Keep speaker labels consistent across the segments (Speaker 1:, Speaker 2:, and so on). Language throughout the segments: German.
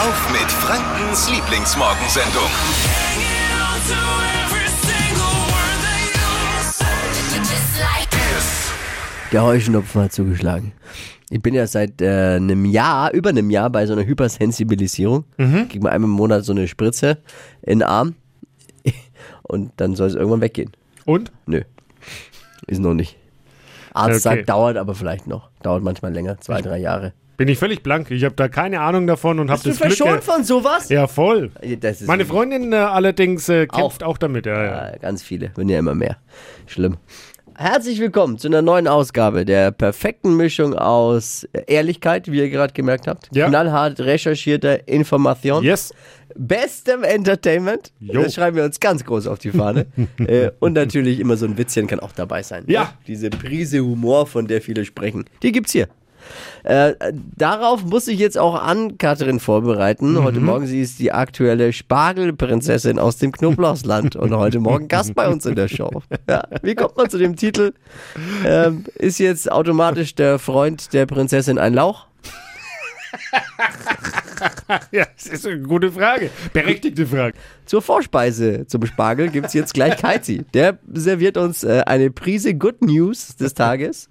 Speaker 1: auf mit Frankens Lieblingsmorgensendung.
Speaker 2: Der Heuschnupfen hat zugeschlagen. Ich bin ja seit äh, einem Jahr, über einem Jahr bei so einer Hypersensibilisierung.
Speaker 3: Mhm.
Speaker 2: Kriegt man einmal im Monat so eine Spritze in den Arm und dann soll es irgendwann weggehen.
Speaker 3: Und?
Speaker 2: Nö, ist noch nicht. Arzt
Speaker 3: Okay.
Speaker 2: sagt, dauert aber vielleicht noch. Dauert manchmal länger, zwei, drei Jahre.
Speaker 3: Bin ich völlig blank. Ich habe da keine Ahnung davon und habe das Glück. ge-
Speaker 2: von sowas?
Speaker 3: Ja, voll.
Speaker 2: Das ist
Speaker 3: Meine Freundin äh, allerdings äh, kämpft auch, damit. Ja, ja.
Speaker 2: Ja, ganz viele, wenn ja immer mehr. Schlimm. Herzlich willkommen zu einer neuen Ausgabe der perfekten Mischung aus Ehrlichkeit, wie ihr gerade gemerkt habt,
Speaker 3: Ja.
Speaker 2: knallhart recherchierter Information,
Speaker 3: Yes.
Speaker 2: bestem Entertainment,
Speaker 3: Jo.
Speaker 2: das schreiben wir uns ganz groß auf die Fahne äh, und natürlich immer so ein Witzchen kann auch dabei sein.
Speaker 3: Ja.
Speaker 2: Ne? Diese Prise Humor, von der viele sprechen, die gibt's hier. Äh, darauf muss ich jetzt auch an Katrin vorbereiten.
Speaker 3: Mhm.
Speaker 2: Heute Morgen, sie ist die aktuelle Spargelprinzessin aus dem Knoblauchsland und heute Morgen Gast bei uns in der Show. Ja, wie kommt man zu dem Titel? Ähm, ist jetzt automatisch der Freund der Prinzessin ein Lauch?
Speaker 3: Ja, das ist eine gute Frage. Berechtigte Frage.
Speaker 2: Zur Vorspeise zum Spargel gibt's jetzt gleich Keizi. Der serviert uns äh, eine Prise Good News des Tages.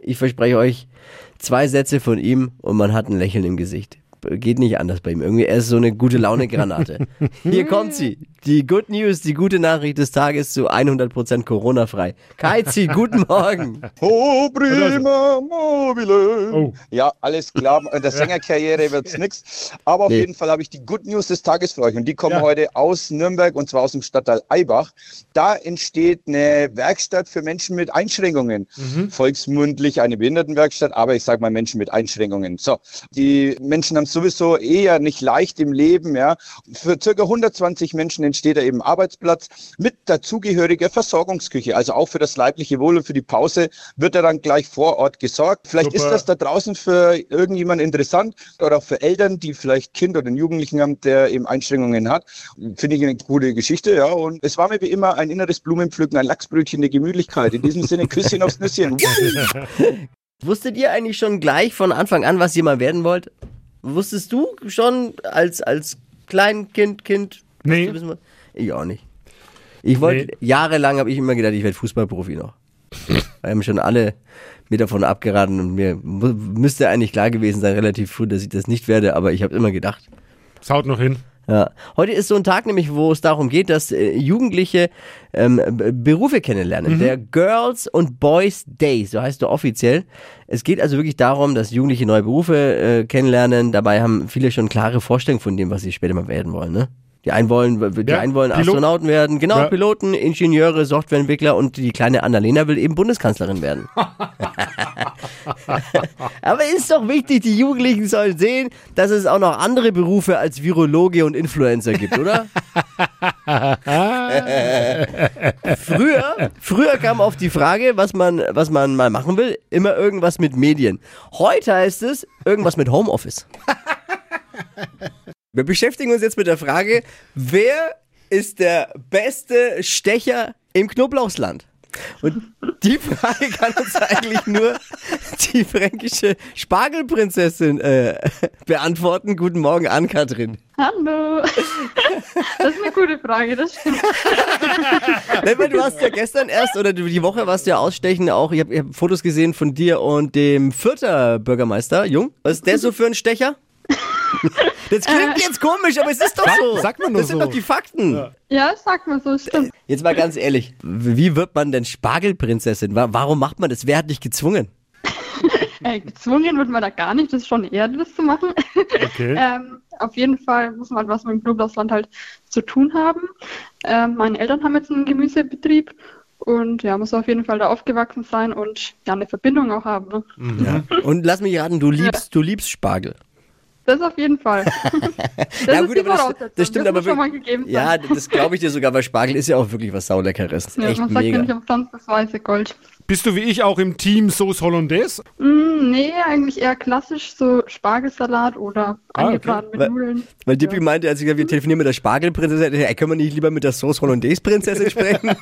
Speaker 2: Ich verspreche euch zwei Sätze von ihm und man hat ein Lächeln im Gesicht. Geht nicht anders bei ihm. Irgendwie, er ist so eine gute Laune-Granate. Hier kommt sie. Die Good News, die gute Nachricht des Tages zu 100% Corona-frei. Keizi, guten Morgen.
Speaker 4: Oh, prima mobile.
Speaker 3: Oh.
Speaker 4: Ja, alles klar. Mit Der Sängerkarriere wird's nix. Aber auf
Speaker 2: Nee.
Speaker 4: jeden Fall habe ich die Good News des Tages für euch. Und die kommen
Speaker 3: Ja.
Speaker 4: heute aus Nürnberg und zwar aus dem Stadtteil Eibach. Da entsteht eine Werkstatt für Menschen mit Einschränkungen.
Speaker 3: Mhm.
Speaker 4: Volksmündlich eine Behindertenwerkstatt, aber ich sage mal Menschen mit Einschränkungen. So, die Menschen haben sowieso eher nicht leicht im Leben. Ja. Für circa 120 Menschen entsteht da eben Arbeitsplatz mit dazugehöriger Versorgungsküche. Also auch für das leibliche Wohl und für die Pause wird da dann gleich vor Ort gesorgt. Vielleicht
Speaker 3: Super.
Speaker 4: ist das da draußen für irgendjemand interessant oder auch für Eltern, die vielleicht Kind oder einen Jugendlichen haben, der eben Einschränkungen hat. Finde ich eine gute Geschichte, ja. Und es war mir wie immer ein inneres Blumenpflücken, ein Lachsbrötchen der Gemütlichkeit. In diesem Sinne, Küsschen aufs Nüsschen.
Speaker 2: Wusstet ihr eigentlich schon gleich von Anfang an, was ihr mal werden wollt? Wusstest du schon als, als Kleinkind, Kind? was
Speaker 3: Nee.
Speaker 2: du wissen woll- Ich auch nicht. Ich wollte, jahrelang habe ich immer gedacht, ich werde Fußballprofi noch. Da haben schon alle mir davon abgeraten und mir mu- müsste eigentlich klar gewesen sein, relativ früh, dass ich das nicht werde, aber ich habe immer gedacht.
Speaker 3: Das haut noch hin.
Speaker 2: Ja. Heute ist so ein Tag nämlich, wo es darum geht, dass äh, Jugendliche ähm, B- Berufe
Speaker 3: Mhm.
Speaker 2: kennenlernen. Der Girls und Boys Day, so heißt er offiziell. Es geht also wirklich darum, dass Jugendliche neue Berufe äh, kennenlernen. Dabei haben viele schon klare Vorstellungen von dem, was sie später mal werden wollen. Ne? Die einen wollen, die
Speaker 3: Ja,
Speaker 2: einen wollen
Speaker 3: Pilot.
Speaker 2: Astronauten werden, genau,
Speaker 3: Ja.
Speaker 2: Piloten, Ingenieure, Softwareentwickler und die kleine Annalena will eben Bundeskanzlerin werden. Aber ist doch wichtig, die Jugendlichen sollen sehen, dass es auch noch andere Berufe als Virologe und Influencer gibt, oder? früher, früher kam auf die Frage, was man, was man mal machen will, immer irgendwas mit Medien. Heute heißt es irgendwas mit Homeoffice. Wir beschäftigen uns jetzt mit der Frage, wer ist der beste Stecher im Knoblauchsland? Und die Frage kann uns eigentlich nur die fränkische Spargelprinzessin äh, beantworten. Guten Morgen an, Katrin.
Speaker 5: Hallo. Das ist eine gute Frage, das stimmt.
Speaker 2: Nein, weil du hast ja gestern erst oder du- die Woche warst du ja ausstechen auch. Ich habe hab Fotos gesehen von dir und dem Fürther Bürgermeister, Jung. Was ist der so für ein Stecher? Das klingt jetzt komisch, aber es ist doch so.
Speaker 3: sagt man nur
Speaker 2: das sind
Speaker 3: so.
Speaker 2: doch die Fakten.
Speaker 5: Ja, sag mal so, stimmt.
Speaker 2: Jetzt mal ganz ehrlich, wie wird man denn Spargelprinzessin? Wa- Warum macht man das? Wer hat dich gezwungen?
Speaker 5: Äh, gezwungen wird man da gar nicht, das ist schon eher das zu machen.
Speaker 3: Okay.
Speaker 5: Ähm, auf jeden Fall muss man was mit dem Knoblauchsland halt zu tun haben. Ähm, meine Eltern haben jetzt einen Gemüsebetrieb und ja, muss auf jeden Fall da aufgewachsen sein und ja, eine Verbindung auch haben. Ne?
Speaker 2: Mhm. Und lass mich raten, du liebst, du liebst Spargel.
Speaker 5: Das auf jeden Fall. Das ist die
Speaker 2: das,
Speaker 5: Voraussetzung,
Speaker 2: das stimmt
Speaker 5: das
Speaker 2: aber
Speaker 5: muss schon mal
Speaker 2: wirklich.
Speaker 5: gegeben sein.
Speaker 2: Ja, das glaube ich dir sogar, weil Spargel ist ja auch wirklich was Sauleckeres.
Speaker 5: Ja,
Speaker 2: Echt
Speaker 5: man sagt ja
Speaker 2: mega.
Speaker 5: nicht umsonst das weiße Gold.
Speaker 3: Bist du wie ich auch im Team Sauce Hollandaise?
Speaker 5: Mm, nee, eigentlich eher klassisch, so Spargelsalat oder
Speaker 3: Ah, okay.
Speaker 5: angebraten mit
Speaker 2: Weil-
Speaker 5: Nudeln.
Speaker 2: Weil Dippi meinte, als ich gesagt, wir telefonieren mit der Spargelprinzessin, ey, können wir nicht lieber mit der Sauce Hollandaise Prinzessin sprechen?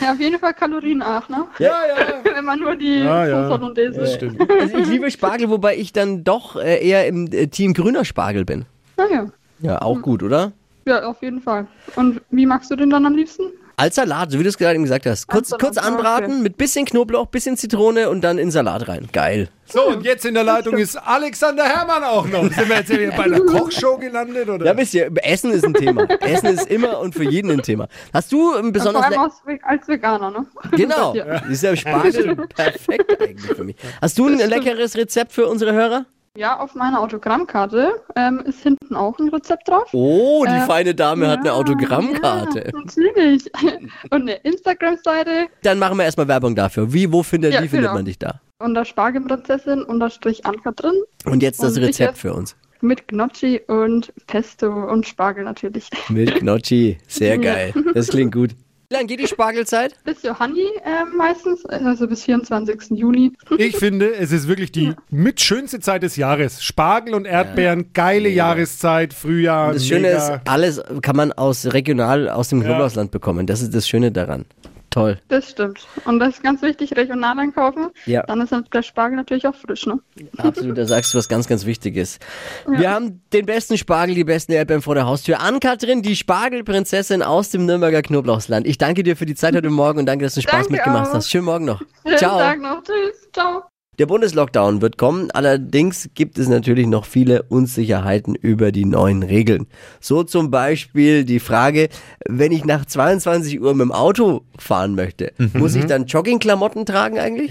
Speaker 5: Ja, auf jeden Fall kalorienarm, ne?
Speaker 3: Ja, ja.
Speaker 5: Wenn man nur die
Speaker 3: Ja,
Speaker 5: ja,
Speaker 3: ja.
Speaker 5: Soße Hollandaise
Speaker 3: Das
Speaker 5: isst.
Speaker 3: stimmt.
Speaker 2: also ich liebe Spargel, wobei ich dann doch äh, eher im äh, Team grüner Spargel bin.
Speaker 5: Naja,
Speaker 2: Ja, auch gut, oder?
Speaker 5: Ah, ja, auf jeden Fall. Und wie magst du den dann am liebsten?
Speaker 2: Als Salat, so wie du es gerade eben gesagt hast. Kurz,
Speaker 5: Als Salat,
Speaker 2: kurz
Speaker 5: ja, ah, okay.
Speaker 2: anbraten, mit bisschen Knoblauch, bisschen Zitrone und dann in Salat rein. Geil.
Speaker 3: So, und jetzt in der Leitung ist Alexander Herrmann auch noch. Sind wir jetzt hier bei einer Kochshow gelandet? Oder?
Speaker 2: Da wisst ihr, Essen ist ein Thema. Essen ist immer und für jeden ein Thema. Hast du ein
Speaker 5: Vor
Speaker 2: besonders...
Speaker 5: allem
Speaker 2: le-
Speaker 5: aus, als Veganer, ne?
Speaker 2: Genau,
Speaker 5: Ja.
Speaker 2: ist ja Spargel perfekt eigentlich für mich. Hast du ein leckeres Rezept für ummere Hörer?
Speaker 5: Ja, auf meiner Autogrammkarte ähm, ist hinten auch ein Rezept drauf.
Speaker 2: Oh, die
Speaker 5: Äh,
Speaker 2: feine Dame hat eine
Speaker 5: Ja,
Speaker 2: Autogrammkarte.
Speaker 5: Ja, natürlich. Und eine Instagram-Seite
Speaker 2: Dann machen wir erstmal Werbung dafür. Wie, wo findet,
Speaker 5: Ja,
Speaker 2: wie findet
Speaker 5: genau.
Speaker 2: man dich da?
Speaker 5: unter Spargelprinzessin unterstrich Anka drin
Speaker 2: Und jetzt das
Speaker 5: Und ich
Speaker 2: Rezept
Speaker 5: jetzt-
Speaker 2: für uns.
Speaker 5: mit Gnocchi und Pesto und Spargel natürlich.
Speaker 2: Mit Gnocchi. Sehr geil. Das klingt gut. Wie lange geht die Spargelzeit?
Speaker 5: Bis Johanni ähm, meistens, also bis 24. Juni.
Speaker 3: Ich finde, es ist wirklich die mit schönste Zeit des Jahres. Spargel und Erdbeeren, geile Jahreszeit, Frühjahr.
Speaker 2: Das Schöne
Speaker 3: mega.
Speaker 2: ist, alles kann man aus regional aus dem
Speaker 3: Ja.
Speaker 2: Knoblauchsland bekommen. Das ist das Schöne daran. Toll.
Speaker 5: Das stimmt. Und das ist ganz wichtig, regional einkaufen.
Speaker 2: Ja.
Speaker 5: Dann ist der Spargel natürlich auch frisch, ne?
Speaker 2: Absolut, da sagst du was ganz, ganz Wichtiges. Wir haben den besten Spargel, die besten Erdbeeren vor der Haustür. Ann-Kathrin, die Spargelprinzessin aus dem Nürnberger Knoblauchsland. Ich danke dir für die Zeit heute Morgen und danke, dass du Spaß
Speaker 5: Danke
Speaker 2: mitgemacht
Speaker 5: auch.
Speaker 2: hast. Schönen Morgen noch.
Speaker 5: Schönen
Speaker 2: Ciao.
Speaker 5: Tag noch. Tschüss. Ciao.
Speaker 2: Der Bundeslockdown wird kommen, allerdings gibt es natürlich noch viele Unsicherheiten über die neuen Regeln. So zum Beispiel die Frage, wenn ich nach 22 Uhr mit dem Auto fahren möchte, muss ich dann Joggingklamotten tragen eigentlich?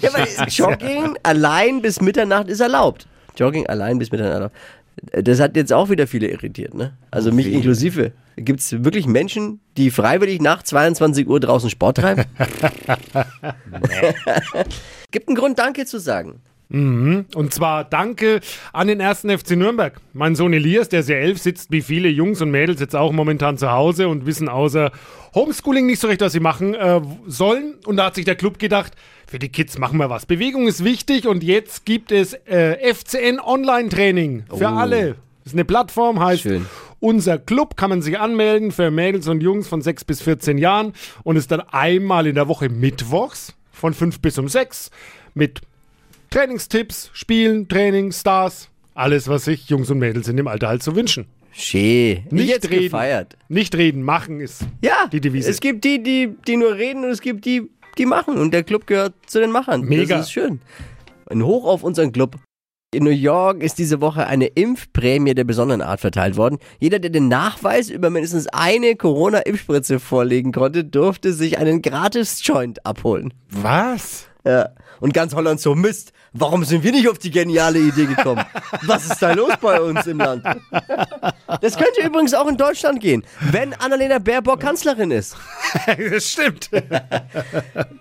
Speaker 2: ja, weil Jogging allein bis Mitternacht ist erlaubt. Jogging allein bis Mitternacht erlaubt. Das hat jetzt auch wieder viele irritiert, ne? Also mich inklusive. Gibt es wirklich Menschen, die freiwillig nach 22 Uhr draußen Sport treiben? Gibt einen Grund, Danke zu sagen.
Speaker 3: Und zwar danke an den ersten FC Nürnberg. Mein Sohn Elias, der ist ja elf, sitzt wie viele Jungs und Mädels jetzt auch momentan zu Hause und wissen außer Homeschooling nicht so recht, was sie machen äh, sollen. Und da hat sich der Club gedacht, für die Kids machen wir was. Bewegung ist wichtig und jetzt gibt es äh, FCN Online-Training für alle. Das ist eine Plattform, heißt
Speaker 2: Schön.
Speaker 3: unser Club kann man sich anmelden für Mädels und Jungs von 6 bis 14 Jahren und ist dann einmal in der Woche mittwochs von 5 bis um 6 mit Trainingstipps, Spielen, Training, Stars, alles, was sich Jungs und Mädels in dem Alter halt so wünschen.
Speaker 2: Schee.
Speaker 3: Nicht
Speaker 2: jetzt
Speaker 3: reden.
Speaker 2: gefeiert.
Speaker 3: Nicht reden, machen ist
Speaker 2: Ja,
Speaker 3: die Devise.
Speaker 2: es gibt die, die, die nur reden und es gibt die, die machen. Und der Club gehört zu den Machern.
Speaker 3: Mega.
Speaker 2: Das ist schön. Ein Hoch auf unseren Club. In New York ist diese Woche eine Impfprämie der besonderen Art verteilt worden. Jeder, der den Nachweis über mindestens eine Corona-Impfspritze vorlegen konnte, durfte sich einen Gratis-Joint abholen.
Speaker 3: was?
Speaker 2: Ja. Und ganz Holland so, Mist, warum sind wir nicht auf die geniale Idee gekommen? Was ist da los bei uns im Land? Das könnte übrigens auch in Deutschland gehen, wenn Annalena Baerbock Kanzlerin ist.
Speaker 3: das stimmt.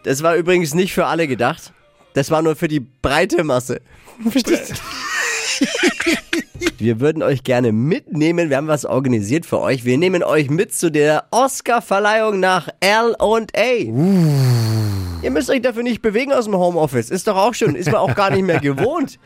Speaker 2: Das war übrigens nicht für alle gedacht. Das war nur für die breite Masse. Verstehst du? Wir würden euch gerne mitnehmen. Wir haben was organisiert für euch. Wir nehmen euch mit zu der Oscar-Verleihung nach L&A. Ihr müsst euch dafür nicht bewegen aus dem Homeoffice. Ist doch auch schon, ist man auch gar nicht mehr gewohnt.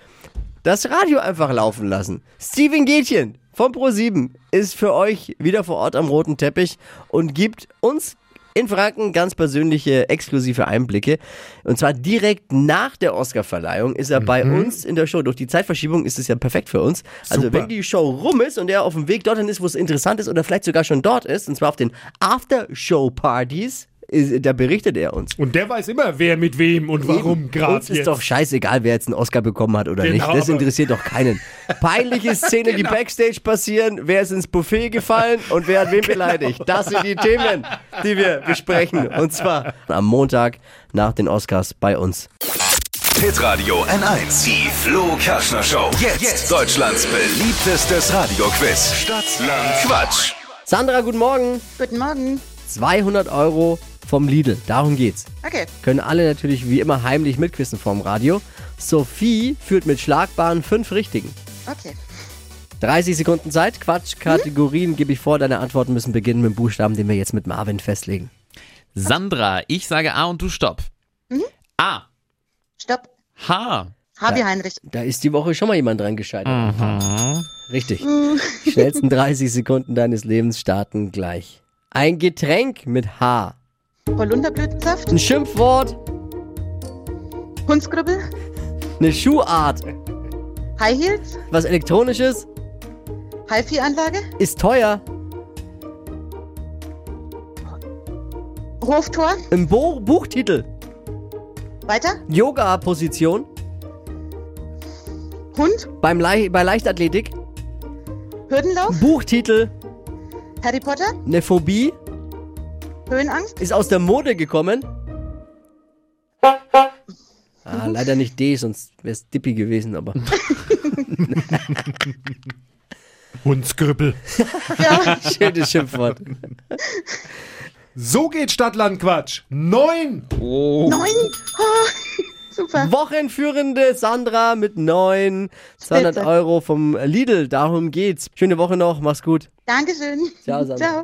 Speaker 2: Das Radio einfach laufen lassen. Steven Gätchen von Pro7 ist für euch wieder vor Ort am roten Teppich und gibt uns in Franken ganz persönliche, exklusive Einblicke. Und zwar direkt nach der Oscarverleihung ist er bei uns in der Show. Durch die Zeitverschiebung ist es ja perfekt für uns. Also
Speaker 3: Super.
Speaker 2: wenn die Show rum ist und er auf dem Weg dorthin ist, wo es interessant ist oder vielleicht sogar schon dort ist, und zwar auf den After-Show-Partys, ist- da berichtet er uns.
Speaker 3: Und der weiß immer, wer mit wem und warum
Speaker 2: Eben.
Speaker 3: gerade
Speaker 2: Uns
Speaker 3: jetzt.
Speaker 2: ist doch scheißegal, wer jetzt einen Oscar bekommen hat oder
Speaker 3: Genau,
Speaker 2: nicht. Das
Speaker 3: aber-
Speaker 2: interessiert doch keinen. Peinliche Szenen, die Backstage passieren, wer ist ins Buffet gefallen und wer hat wen
Speaker 3: Genau.
Speaker 2: beleidigt. Das sind die Themen, die wir besprechen. Und zwar am Montag nach den Oscars bei uns.
Speaker 1: Pit Radio N1. Die Flo Kaschner Show. Jetzt, Deutschlands beliebtestes Radioquiz. Stadt, Land, Quatsch.
Speaker 2: Sandra, guten Morgen.
Speaker 6: Guten Morgen.
Speaker 2: 200 Euro vom Lidl. Darum geht's.
Speaker 6: Okay.
Speaker 2: Können alle natürlich wie immer heimlich mitquissen vorm Radio. Sophie führt mit schlagbaren fünf Richtigen.
Speaker 6: Okay.
Speaker 2: 30 Sekunden Zeit. Quatsch, Kategorien gebe ich vor. Deine Antworten müssen beginnen mit dem Buchstaben, den wir jetzt mit Marvin festlegen.
Speaker 6: Sandra, ich sage A und du stopp. A.
Speaker 7: Stopp.
Speaker 6: H.
Speaker 7: Harvey
Speaker 2: Ja.
Speaker 7: Heinrich.
Speaker 2: Da ist die Woche schon mal jemand dran gescheitert. Richtig. Die schnellsten 30 Sekunden deines Lebens starten gleich. Ein Getränk mit H.
Speaker 7: Holunderblütensaft.
Speaker 2: Ein Schimpfwort.
Speaker 7: Kunstgrubbel.
Speaker 2: Eine Schuhart.
Speaker 7: High Heels.
Speaker 2: Was Elektronisches.
Speaker 7: HiFi-Anlage.
Speaker 2: Ist teuer.
Speaker 7: Hoftor.
Speaker 2: Ein Bo Buchtitel.
Speaker 7: Weiter.
Speaker 2: Yoga-Position.
Speaker 7: Hund.
Speaker 2: Beim Lei bei Leichtathletik.
Speaker 7: Hürdenlauf.
Speaker 2: Buchtitel. Hm.
Speaker 7: Harry Potter.
Speaker 2: Eine Phobie.
Speaker 7: Höhenangst.
Speaker 2: Ist aus der Mode gekommen. Ah, leider nicht D, sonst wäre es Dippy gewesen, aber.
Speaker 3: Hundskrüppel.
Speaker 7: Ja.
Speaker 2: Schönes Schimpfwort.
Speaker 3: So geht Stadtlandquatsch. Neun.
Speaker 7: Neun. Oh, super.
Speaker 2: Wochenführende Sandra mit 9. 200
Speaker 7: Bitte.
Speaker 2: Euro vom Lidl. Darum geht's. Schöne Woche noch. Mach's gut.
Speaker 7: Dankeschön.
Speaker 2: Ciao, Sandra.
Speaker 7: Ciao.